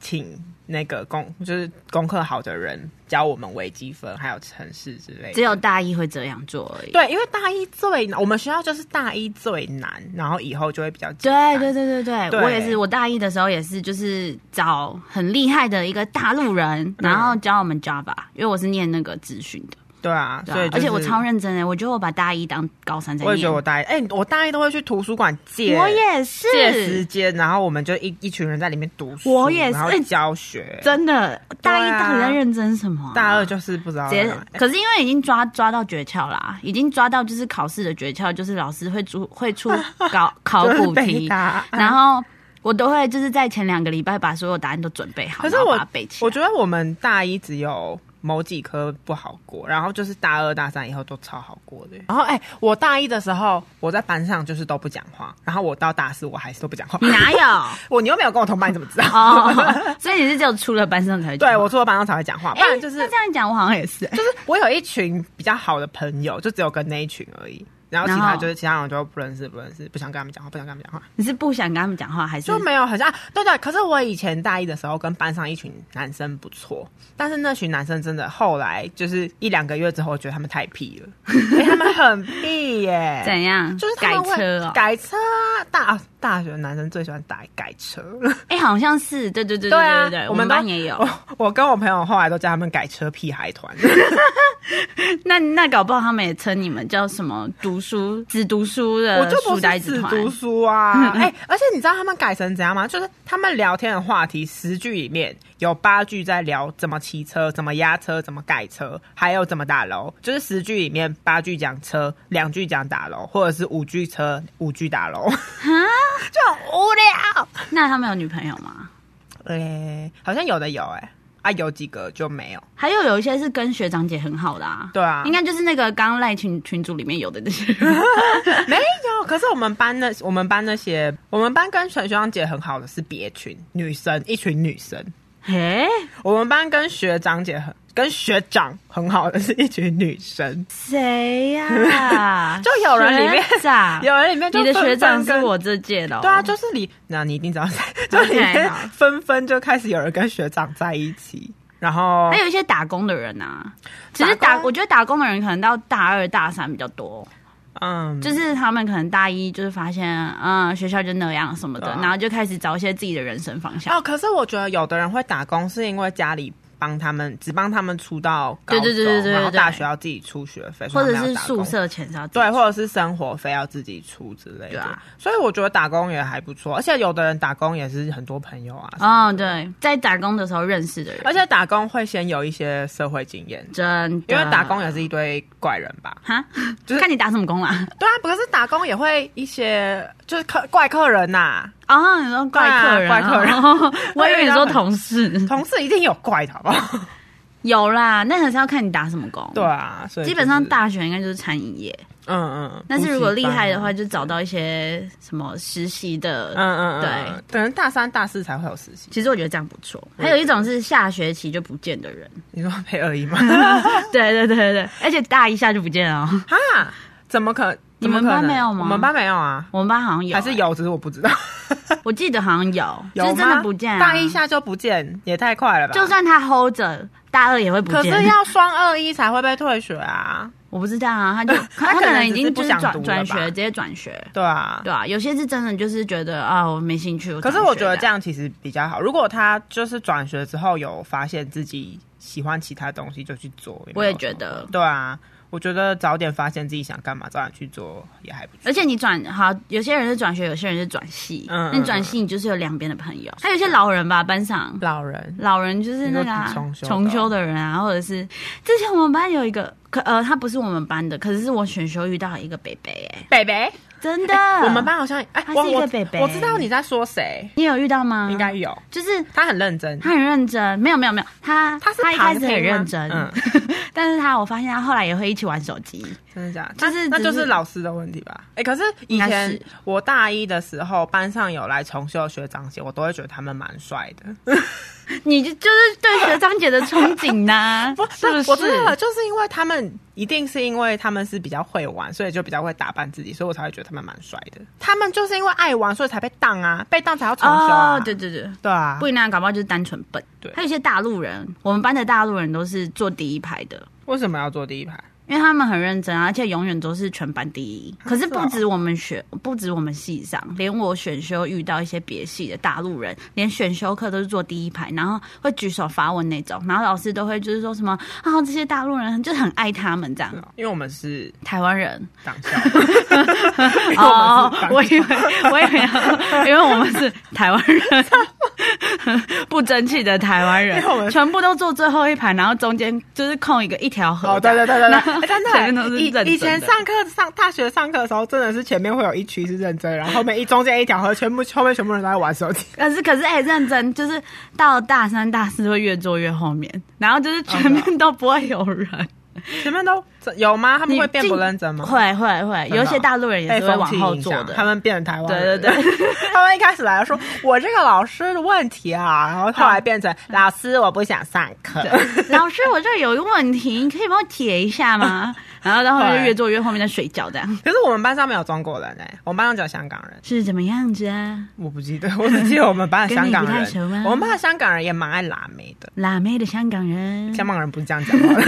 Speaker 2: 请那个功就是功课好的人教我们微积分还有程式之类的
Speaker 1: 只。有大一会这样做而已。
Speaker 2: 对，因为大一最难，我们学校就是大一最难，然后以后就会比较简
Speaker 1: 对啊
Speaker 2: 单
Speaker 1: 对对对对，
Speaker 2: 对
Speaker 1: 我也是。我大一的时候也是，就是找很厉害的一个大陆人，然后教我们 Java，因为我是念那个资讯的，
Speaker 2: 对啊，
Speaker 1: 对
Speaker 2: 所
Speaker 1: 啊
Speaker 2: 以、就
Speaker 1: 而
Speaker 2: 是、
Speaker 1: 且我超认真的，我觉得我把大一当高三在
Speaker 2: 我也觉
Speaker 1: 念
Speaker 2: 得。我大一，哎、我大一都会去图书馆借，
Speaker 1: 我也是，
Speaker 2: 借时间，然后我们就一一群人在里面读书，
Speaker 1: 我也是
Speaker 2: 然后教学。
Speaker 1: 真的，大一
Speaker 2: 对啊
Speaker 1: 到底在认真什么啊、
Speaker 2: 大二就是不知道
Speaker 1: 直接
Speaker 2: 干嘛，
Speaker 1: 可是因为已经抓抓到诀窍啦，已经抓到就是考试的诀窍，就是老师会出会
Speaker 2: [LAUGHS]
Speaker 1: 出考考古
Speaker 2: 就是
Speaker 1: 题
Speaker 2: 背，答案
Speaker 1: 然后我都会就是在前两个礼拜把所有答案都准备好，
Speaker 2: 可是
Speaker 1: 然后
Speaker 2: 我
Speaker 1: 把它背起
Speaker 2: 我
Speaker 1: 来。
Speaker 2: 觉得我们大一只有某几科不好过，然后就是大二大三以后都超好过的。然后哎、我大一的时候我在班上就是都不讲话，然后我到大四我还是都不讲话。
Speaker 1: 你哪有？
Speaker 2: [LAUGHS] 我你又没有跟我同班，你怎么知道？
Speaker 1: 哦， [LAUGHS] 所以你是只有出了班上才会讲
Speaker 2: [LAUGHS] 对我除了班上才会讲话，不
Speaker 1: 哎，
Speaker 2: 然就是、
Speaker 1: 那这样讲，我好像也
Speaker 2: [LAUGHS]
Speaker 1: 是、
Speaker 2: 就是我有一群比较好的朋友，就只有跟那一群而已。然后其
Speaker 1: 然
Speaker 2: 他
Speaker 1: 后
Speaker 2: 就是其他人就不认识，不认识，不想跟他们讲话，不想跟他们讲话。
Speaker 1: 你是不想跟他们讲话，还是
Speaker 2: 就没有很像、啊对对。可是我以前大一的时候跟班上一群男生不错，但是那群男生真的后来就是一两个月之后，我觉得他们太屁
Speaker 1: [LAUGHS]
Speaker 2: 了，因为他们很屁耶、
Speaker 1: 怎样？
Speaker 2: 就是他
Speaker 1: 改
Speaker 2: 们会
Speaker 1: 车哦。
Speaker 2: 改车啊！大啊大学男生最喜欢打改车，
Speaker 1: 哎、好像是，对对对
Speaker 2: 对啊
Speaker 1: 对对，
Speaker 2: 我
Speaker 1: 我
Speaker 2: 们
Speaker 1: 们
Speaker 2: 都
Speaker 1: 班也有。
Speaker 2: [LAUGHS] 我我跟我朋友后来都叫他们改车屁孩团，
Speaker 1: 那那搞不好他们也称你们叫什么读书只读书
Speaker 2: 我
Speaker 1: 的
Speaker 2: 就不
Speaker 1: 书呆
Speaker 2: 是
Speaker 1: 子
Speaker 2: 只
Speaker 1: 团，
Speaker 2: 读书啊！哎、而且你知道他们改成怎样吗？就是他们聊天的话题，十句里面有八句在聊怎么骑车、怎么压车、怎么改车，还有怎么打楼。就是十句里面八句讲车，两句讲打楼，或者是五句车、五句打 [LAUGHS] 楼，就很无聊。
Speaker 1: 那他们有女朋友吗？
Speaker 2: 哎、好像有的有哎、啊，有几个就没有。
Speaker 1: 还有有一些是跟学长姐很好的啊，
Speaker 2: 对啊
Speaker 1: 应该就是那个刚刚赖群群组里面有的那
Speaker 2: [LAUGHS]
Speaker 1: 些人，
Speaker 2: 没有，可是我们班的我们班那些我们班跟陈学长姐很好的是别群女生，一群女生。
Speaker 1: 嘿，
Speaker 2: 我们班跟学长姐很跟学长很好的是一群女生，
Speaker 1: 谁 [LAUGHS] 呀？
Speaker 2: 就有人里面 [LAUGHS]
Speaker 1: 学长，
Speaker 2: 有人欸里面就
Speaker 1: 啊你的学长
Speaker 2: 纷
Speaker 1: 是
Speaker 2: 纷跟
Speaker 1: 我这届的哦，
Speaker 2: 对啊，就是你，那你一定知道谁，就里
Speaker 1: OK，
Speaker 2: 面
Speaker 1: 好
Speaker 2: 纷纷就开始有人跟学长在一起，然后
Speaker 1: 还有一些打工的人啊，其实
Speaker 2: 啊打
Speaker 1: 打
Speaker 2: 工
Speaker 1: 我觉得打工的人可能到大二大三比较多，
Speaker 2: 嗯，
Speaker 1: 就是他们可能大一就是发现，嗯，学校就那样什么的，
Speaker 2: 对啊
Speaker 1: 然后就开始找一些自己的人生方向。
Speaker 2: 哦，可是我觉得有的人会打工是因为家里。帮他们只帮他们出到高
Speaker 1: 对
Speaker 2: 中，
Speaker 1: 对对对对对
Speaker 2: 然后
Speaker 1: 对
Speaker 2: 大学要自己出学费，所
Speaker 1: 或
Speaker 2: 以他
Speaker 1: 者
Speaker 2: 们
Speaker 1: 是
Speaker 2: 要打工
Speaker 1: 宿舍钱是要自己
Speaker 2: 对，或者是生活费要自己出之类
Speaker 1: 对
Speaker 2: 的。
Speaker 1: 啊
Speaker 2: 所以我觉得打工也还不错，而且有的人打工也是很多朋友啊。哎
Speaker 1: 哦，对，在打工的时候认识的人，
Speaker 2: 而且打工会先有一些社会经验，
Speaker 1: 真的
Speaker 2: 因为打工也是一堆怪人吧。
Speaker 1: 哈，
Speaker 2: 就是
Speaker 1: 看你打什么工啦。
Speaker 2: 对啊，可是打工也会一些就是客怪客人呐、
Speaker 1: 哦，你说怪客
Speaker 2: 对
Speaker 1: 人，
Speaker 2: 啊怪客人
Speaker 1: 哦， [LAUGHS] 我以为你说同事
Speaker 2: 同事一定有怪的，好不
Speaker 1: [LAUGHS]
Speaker 2: 好？
Speaker 1: 有啦，那还是要看你打什么工。
Speaker 2: 对，啊，所以、
Speaker 1: 基本上，大学应该就是餐饮业，
Speaker 2: 嗯嗯。
Speaker 1: 但是如果厉害的
Speaker 2: 话。
Speaker 1: 话，就找到一些什么实习的，
Speaker 2: 嗯嗯，嗯
Speaker 1: 对。
Speaker 2: 嗯可能大三、大四才会有实习。
Speaker 1: 其实我觉得这样不错。
Speaker 2: 也
Speaker 1: 还有一种是下学期就不见的人，
Speaker 2: 你说配二
Speaker 1: [LAUGHS]
Speaker 2: 一吗？
Speaker 1: 对对对对对，而且大一下就不见了哦。
Speaker 2: 哈，怎么可？
Speaker 1: 你们
Speaker 2: 怎么可能
Speaker 1: 班没有吗
Speaker 2: 我们班没有啊，
Speaker 1: 我们班好像有、
Speaker 2: 还是
Speaker 1: 欸，
Speaker 2: 有，只是我不知道。
Speaker 1: 我记得好像有，
Speaker 2: 有
Speaker 1: [LAUGHS] 就是真
Speaker 2: 吗
Speaker 1: 的不见、啊。
Speaker 2: 大一，下就不见，也太快了吧？
Speaker 1: 就算他 hold 着，大二也会不
Speaker 2: 可
Speaker 1: 见
Speaker 2: 是。要双二一才会被退学啊，
Speaker 1: 我不知道啊，他就
Speaker 2: [LAUGHS] 他
Speaker 1: 他
Speaker 2: 可能
Speaker 1: 可能
Speaker 2: 只
Speaker 1: 已
Speaker 2: 是
Speaker 1: 经
Speaker 2: 不
Speaker 1: 就是
Speaker 2: 想读
Speaker 1: 转
Speaker 2: 了
Speaker 1: 转
Speaker 2: 吧
Speaker 1: 学，直接转学。
Speaker 2: 对啊。
Speaker 1: 对啊，有些是真的就是觉得啊，我没兴趣。
Speaker 2: 可是我觉得
Speaker 1: 转学
Speaker 2: 这样其实比较好。如果他就是转学之后有发现自己喜欢其他东西，就去做。没有
Speaker 1: 我也
Speaker 2: 什么
Speaker 1: 觉得
Speaker 2: 对啊，我觉得早点发现自己想干嘛，早点去做也还不错。
Speaker 1: 而且你转好，有些人是转学，有些人是转系。
Speaker 2: 嗯
Speaker 1: 那你转系，你就是有两边的朋友。还有一些老人吧，班上
Speaker 2: 老人
Speaker 1: 老人就是那个、
Speaker 2: 你
Speaker 1: 啊
Speaker 2: 说重修的
Speaker 1: 重修的人啊，或者是之前我们班有一个，可呃，他不是我们班的，可是是我选修遇到一个北北、哎，
Speaker 2: 北北，
Speaker 1: 真的、
Speaker 2: 我们班好像哎，
Speaker 1: 嗯他
Speaker 2: 我
Speaker 1: 是一个
Speaker 2: 我
Speaker 1: 北北
Speaker 2: 我知道你在说谁，
Speaker 1: 你有遇到吗？
Speaker 2: 应该有，
Speaker 1: 就是
Speaker 2: 他很认真，
Speaker 1: 他很认真，没有没有没有，他
Speaker 2: 他是
Speaker 1: 他一开始
Speaker 2: 旁听吗
Speaker 1: 很认真，
Speaker 2: 嗯
Speaker 1: [LAUGHS] 但是他我发现他后来也会一起玩手机，
Speaker 2: 真的假的？
Speaker 1: 就是
Speaker 2: 那那就
Speaker 1: 只
Speaker 2: 是
Speaker 1: 是
Speaker 2: 老师的问题吧？哎、可是以
Speaker 1: 应该
Speaker 2: 前
Speaker 1: 是
Speaker 2: 我大一的时候，班上有来重修的学长姐，我都会觉得他们蛮帅的。
Speaker 1: 你就就是对学长姐的憧
Speaker 2: [LAUGHS]
Speaker 1: 憬呐、是不
Speaker 2: 那
Speaker 1: 是？
Speaker 2: 我知道了，就是因为他们一定是因为他们是比较会玩，所以就比较会打扮自己，所以我才会觉得他们蛮帅的。他们就是因为爱玩，所以才被当啊，被当才要重修啊。
Speaker 1: 哦，对对对，
Speaker 2: 对啊，
Speaker 1: 不一定，搞不好就是单纯笨。
Speaker 2: 对
Speaker 1: 还有一些大陆人，我们班的大陆人都是坐第一排的，
Speaker 2: 为什么要坐第一排？
Speaker 1: 因为他们很认真啊，而且永远都是全班第一。可是
Speaker 2: 是哦
Speaker 1: 不止我们学，不止我们系上，连我选修遇到一些别系的大陆人，连选修课都是坐第一排，然后会举手发问那种，然后老师都会就是说什么啊，这些大陆人就是很爱他们这样
Speaker 2: 是。哦因为我们是
Speaker 1: 台湾人
Speaker 2: 党
Speaker 1: [LAUGHS]
Speaker 2: 校，因为我们是党
Speaker 1: 哦我以为我以为要，因为我们是台湾 [LAUGHS] 人，不争气的台湾人
Speaker 2: 因为我，们
Speaker 1: 全部都坐最后一排，然后中间就是空一个一条河
Speaker 2: 哦，
Speaker 1: 这
Speaker 2: 对
Speaker 1: 样。
Speaker 2: 对对对对，
Speaker 1: 后
Speaker 2: 哎真的
Speaker 1: 前面都是认真
Speaker 2: 以
Speaker 1: 的
Speaker 2: 以前上课上大学上课的时候，真的是前面会有一区是认真，然后后面一中间一条河，全部后面全部人都在玩
Speaker 1: [LAUGHS]
Speaker 2: 手机。
Speaker 1: 可是可是哎、认真就是到大三大四会越坐越后面，然后就是全面都不会有人，
Speaker 2: [LAUGHS] 前面都有吗？他们会变不认真吗？
Speaker 1: 会会会，
Speaker 2: 的哦
Speaker 1: 有一些大陆人也
Speaker 2: 被
Speaker 1: 是会
Speaker 2: 风
Speaker 1: 往
Speaker 2: 气
Speaker 1: 后
Speaker 2: 影
Speaker 1: 坐
Speaker 2: 响，
Speaker 1: 的
Speaker 2: 他。们变成台湾
Speaker 1: 对
Speaker 2: 人。
Speaker 1: 对对，
Speaker 2: [LAUGHS] 他们一开始来说我这个老师的问题啊，然后后来变成老师我不想上课。
Speaker 1: 老师，我这儿有一个问题，你可以帮我解一
Speaker 2: [LAUGHS]
Speaker 1: 下吗？然后到后面就越坐越后面在睡觉，这
Speaker 2: [LAUGHS]
Speaker 1: 样
Speaker 2: 可是我们班上没有中国人哎、我们班上只有香港人。
Speaker 1: 是怎么样子啊？
Speaker 2: 我不记得，我只记得我们班的香港
Speaker 1: [LAUGHS] 跟你
Speaker 2: 人
Speaker 1: 不太熟吗。
Speaker 2: 我们班的香港人也蛮爱辣妹的，
Speaker 1: 辣妹的香港 [LAUGHS] 人，
Speaker 2: 香港人不是这样讲话
Speaker 1: [LAUGHS]
Speaker 2: 的。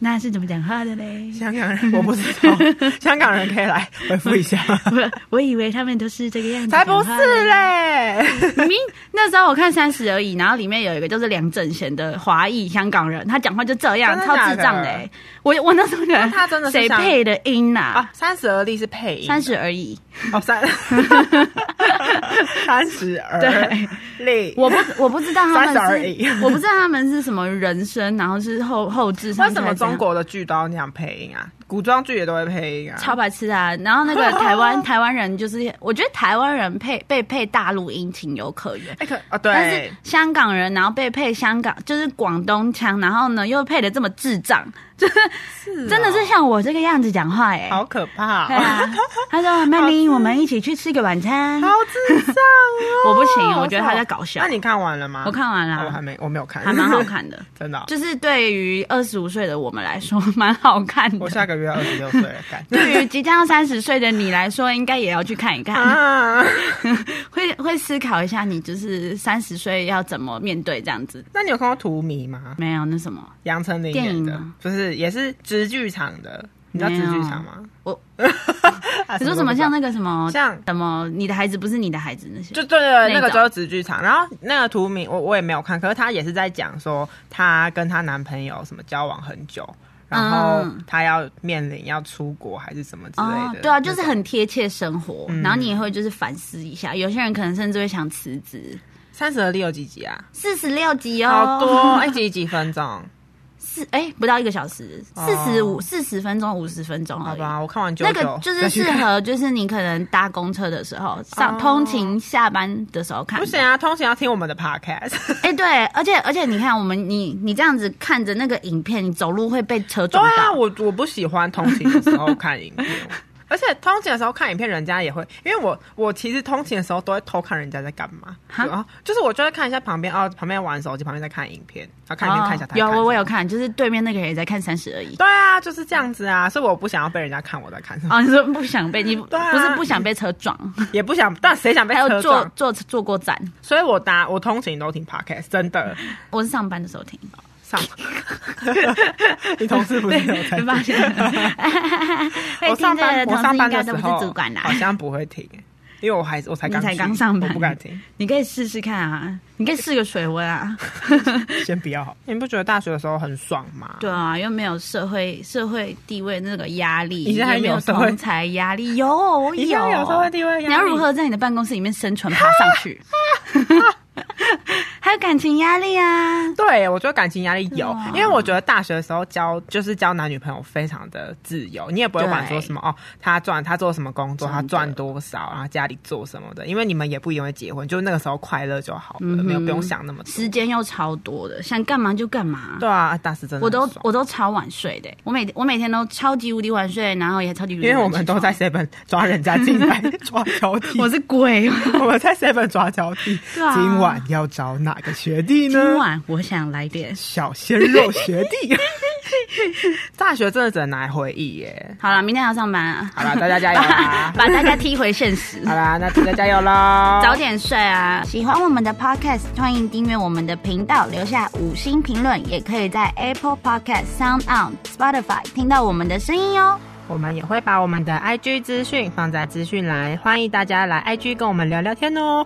Speaker 1: 那是怎么讲话的嘞？
Speaker 2: 香港人我不知道，香港人可以来回复一下，
Speaker 1: 我我以为他们都是这个样子，
Speaker 2: 才不是！嘞！
Speaker 1: 明明那时候我看《三十而已》，然后里面有一个就是梁正贤的华裔香港人，他讲话就这样，
Speaker 2: 真的
Speaker 1: 超
Speaker 2: 假的
Speaker 1: 智障的、欸。我我那时中觉得
Speaker 2: 他真的是
Speaker 1: 谁
Speaker 2: 想
Speaker 1: 配的音呐
Speaker 2: 啊？，三十而立是配音，啊
Speaker 1: 三十而已。
Speaker 2: 哦三
Speaker 1: [LAUGHS]
Speaker 2: 三十而立，
Speaker 1: 我不我不知道他
Speaker 2: 三十而
Speaker 1: 们
Speaker 2: 已
Speaker 1: [LAUGHS] 是，我不知道他们是什么人声，然后是后后置上
Speaker 2: 为
Speaker 1: 去
Speaker 2: 什
Speaker 1: 还
Speaker 2: 么
Speaker 1: 是怎样
Speaker 2: 中国的剧都要那样配音啊？古装剧也都会配音啊？
Speaker 1: 超白痴啊！然后那个台湾 [LAUGHS] 台湾人就是，我觉得台湾人配被配大陆音情有可原。
Speaker 2: 哎可啊
Speaker 1: 但是
Speaker 2: 对，
Speaker 1: 香港人，然后被配香港就是广东腔，然后呢又配的这么智障， [LAUGHS]
Speaker 2: 是哦
Speaker 1: 真的是像我这个样子讲话哎、
Speaker 2: 好可怕
Speaker 1: 对
Speaker 2: 哦，
Speaker 1: 啊，他说：“曼妮，我们一起去吃个晚餐。
Speaker 2: [LAUGHS] 好智障哦！
Speaker 1: 我不行啊我觉得他在搞笑
Speaker 2: 那你看完了吗？”哦
Speaker 1: 我看完
Speaker 2: 我还
Speaker 1: 了，啊
Speaker 2: 没，我没有看，
Speaker 1: 还蛮好，看的，
Speaker 2: [LAUGHS] 真的哦。
Speaker 1: 就是对于二十五岁的我们来说，蛮好看
Speaker 2: 我
Speaker 1: 的。
Speaker 2: 下个月二十六岁了，感觉
Speaker 1: [LAUGHS] 对于即将三十岁的你来说，应该也要去看一看。
Speaker 2: [LAUGHS] 啊。
Speaker 1: 会会思考一下，你就是三十岁要怎么面对这样子。
Speaker 2: 那你有看过《荼蘼》吗？
Speaker 1: 没有那什么，
Speaker 2: 杨丞琳演
Speaker 1: 电影
Speaker 2: 的
Speaker 1: 吗，
Speaker 2: 不是也是直剧场的，你知道直剧场吗？
Speaker 1: 我
Speaker 2: [LAUGHS] 啊
Speaker 1: 你说什么像那个什么
Speaker 2: 像
Speaker 1: 什么你的孩子不是你的孩子那些，
Speaker 2: 就对对对，那
Speaker 1: 那
Speaker 2: 个
Speaker 1: 种
Speaker 2: 就是直剧场。然后那个图名我我也没有看，可是她也是在讲说她跟她男朋友什么交往很久，然后
Speaker 1: 嗯
Speaker 2: 她要面临要出国还是什么之类的。
Speaker 1: 对啊，就是
Speaker 2: 那种
Speaker 1: 很贴切生活，
Speaker 2: 嗯
Speaker 1: 然后你也会就是反思一下。有些人可能甚至会想辞职。
Speaker 2: 三十而立有几集啊？
Speaker 1: 四十六集哦，
Speaker 2: 好 [LAUGHS] 多，一集几分钟？
Speaker 1: 四哎、不到一个小时，四
Speaker 2: 哦
Speaker 1: 十五四十分钟五十分钟
Speaker 2: 好
Speaker 1: 而已。
Speaker 2: 吧，我看完九
Speaker 1: 那
Speaker 2: 九
Speaker 1: 个就是
Speaker 2: 再去
Speaker 1: 适
Speaker 2: 看
Speaker 1: 合，就是你可能搭公车的时候，上
Speaker 2: 哦
Speaker 1: 通勤下班的时候看
Speaker 2: 不。行啊，通勤要听我们的 podcast。
Speaker 1: 哎、对，而且而且你看，我们你你这样子看着那个影片，你走路会被车
Speaker 2: 对
Speaker 1: 撞
Speaker 2: 啊，
Speaker 1: 到。
Speaker 2: 我我不喜欢通勤的时候看影片，而且通勤的时候看影片，人家也会，因为我我其实通勤的时候都会偷看人家在干嘛，
Speaker 1: 哈
Speaker 2: 然后就是我就会看一下旁边哦，旁边玩手机，旁边在看影片，然后看影片看一下他在
Speaker 1: 哦
Speaker 2: 看
Speaker 1: 有
Speaker 2: 什
Speaker 1: 我
Speaker 2: 么
Speaker 1: 我有，看，就是对面那个人也在看三十而已。
Speaker 2: 对啊，就是这样子啊，所以我不想要被人家看我在看什么，
Speaker 1: 哦，你说不想被你、
Speaker 2: 对啊
Speaker 1: 不是不想被车撞，
Speaker 2: 也不想，但谁想 [LAUGHS] 被
Speaker 1: 还有
Speaker 2: 车
Speaker 1: 坐
Speaker 2: 撞？
Speaker 1: 坐坐过站。
Speaker 2: 所以我搭我通勤都听 podcast，真的
Speaker 1: 我是上班的时候听，
Speaker 2: 上。
Speaker 1: [LAUGHS]
Speaker 2: 你同事不是有在
Speaker 1: 没发
Speaker 2: 听？
Speaker 1: 现。
Speaker 2: [LAUGHS]
Speaker 1: 会
Speaker 2: 我上
Speaker 1: 听这
Speaker 2: 班
Speaker 1: 个的
Speaker 2: 我
Speaker 1: 同事
Speaker 2: 上
Speaker 1: 应
Speaker 2: 班
Speaker 1: 该
Speaker 2: 的
Speaker 1: 都
Speaker 2: 时
Speaker 1: 不
Speaker 2: 候
Speaker 1: 是主管啦
Speaker 2: 好，像不会听，因为我还我才
Speaker 1: 你
Speaker 2: 刚
Speaker 1: 才
Speaker 2: 去
Speaker 1: 刚上
Speaker 2: 我
Speaker 1: 班
Speaker 2: 不敢听。
Speaker 1: 你可以试试看啊，你可以试个水
Speaker 2: [LAUGHS]
Speaker 1: 温啊。
Speaker 2: 先不要好。你不觉得大学的时候很爽吗？
Speaker 1: 对啊，又没有社会社会地位那个压力，
Speaker 2: 你现在
Speaker 1: 也没有
Speaker 2: 有社会
Speaker 1: 同才压力，有我
Speaker 2: 你现在有社会地位压力
Speaker 1: 你要如何在你的办公室里面生存爬上去？ [LAUGHS] 还有感情压力啊，
Speaker 2: 对，我觉得感情压力有
Speaker 1: 哇，
Speaker 2: 因为我觉得大学的时候交就是交男女朋友非常的自由，你也不会管
Speaker 1: 对
Speaker 2: 说什么哦，他赚他做什么工作，
Speaker 1: 真的
Speaker 2: 他赚多少，然后家里做什么的，因为你们也不一定会结婚，就那个时候快乐就好了，
Speaker 1: 嗯哼
Speaker 2: 没有不用想那么多。
Speaker 1: 时间又超多的，想干嘛就干嘛。
Speaker 2: 对啊，大四真的
Speaker 1: 我都
Speaker 2: 很爽
Speaker 1: 我都超晚睡的、我每我每天都超级无敌晚睡，然后也超级无敌
Speaker 2: 因为我们
Speaker 1: 晚起床
Speaker 2: 都在
Speaker 1: [LAUGHS]
Speaker 2: seven 抓人家进来抓交替，
Speaker 1: 我是鬼，
Speaker 2: 我们在 seven 抓交替。
Speaker 1: 对啊
Speaker 2: 今晚要找哪个学弟呢？
Speaker 1: 今晚我想来点。
Speaker 2: 小鲜肉学弟。 [LAUGHS] 大学真的只能拿来回忆 [LAUGHS] 耶。
Speaker 1: 好了，明天还要上班啊，
Speaker 2: 好啦，大家加油啦！
Speaker 1: [LAUGHS] 把大家踢回现实。
Speaker 2: [LAUGHS] 好啦，那大家加油喽！
Speaker 1: 早点睡啊！喜欢我们的 podcast，欢迎订阅我们的频道，留下五星评论，也可以在 Apple Podcast、Sound On、Spotify 听到我们的声音哦。
Speaker 2: 我们也会把我们的 IG 资讯放在资讯栏，欢迎大家来 IG 跟我们聊聊天哦。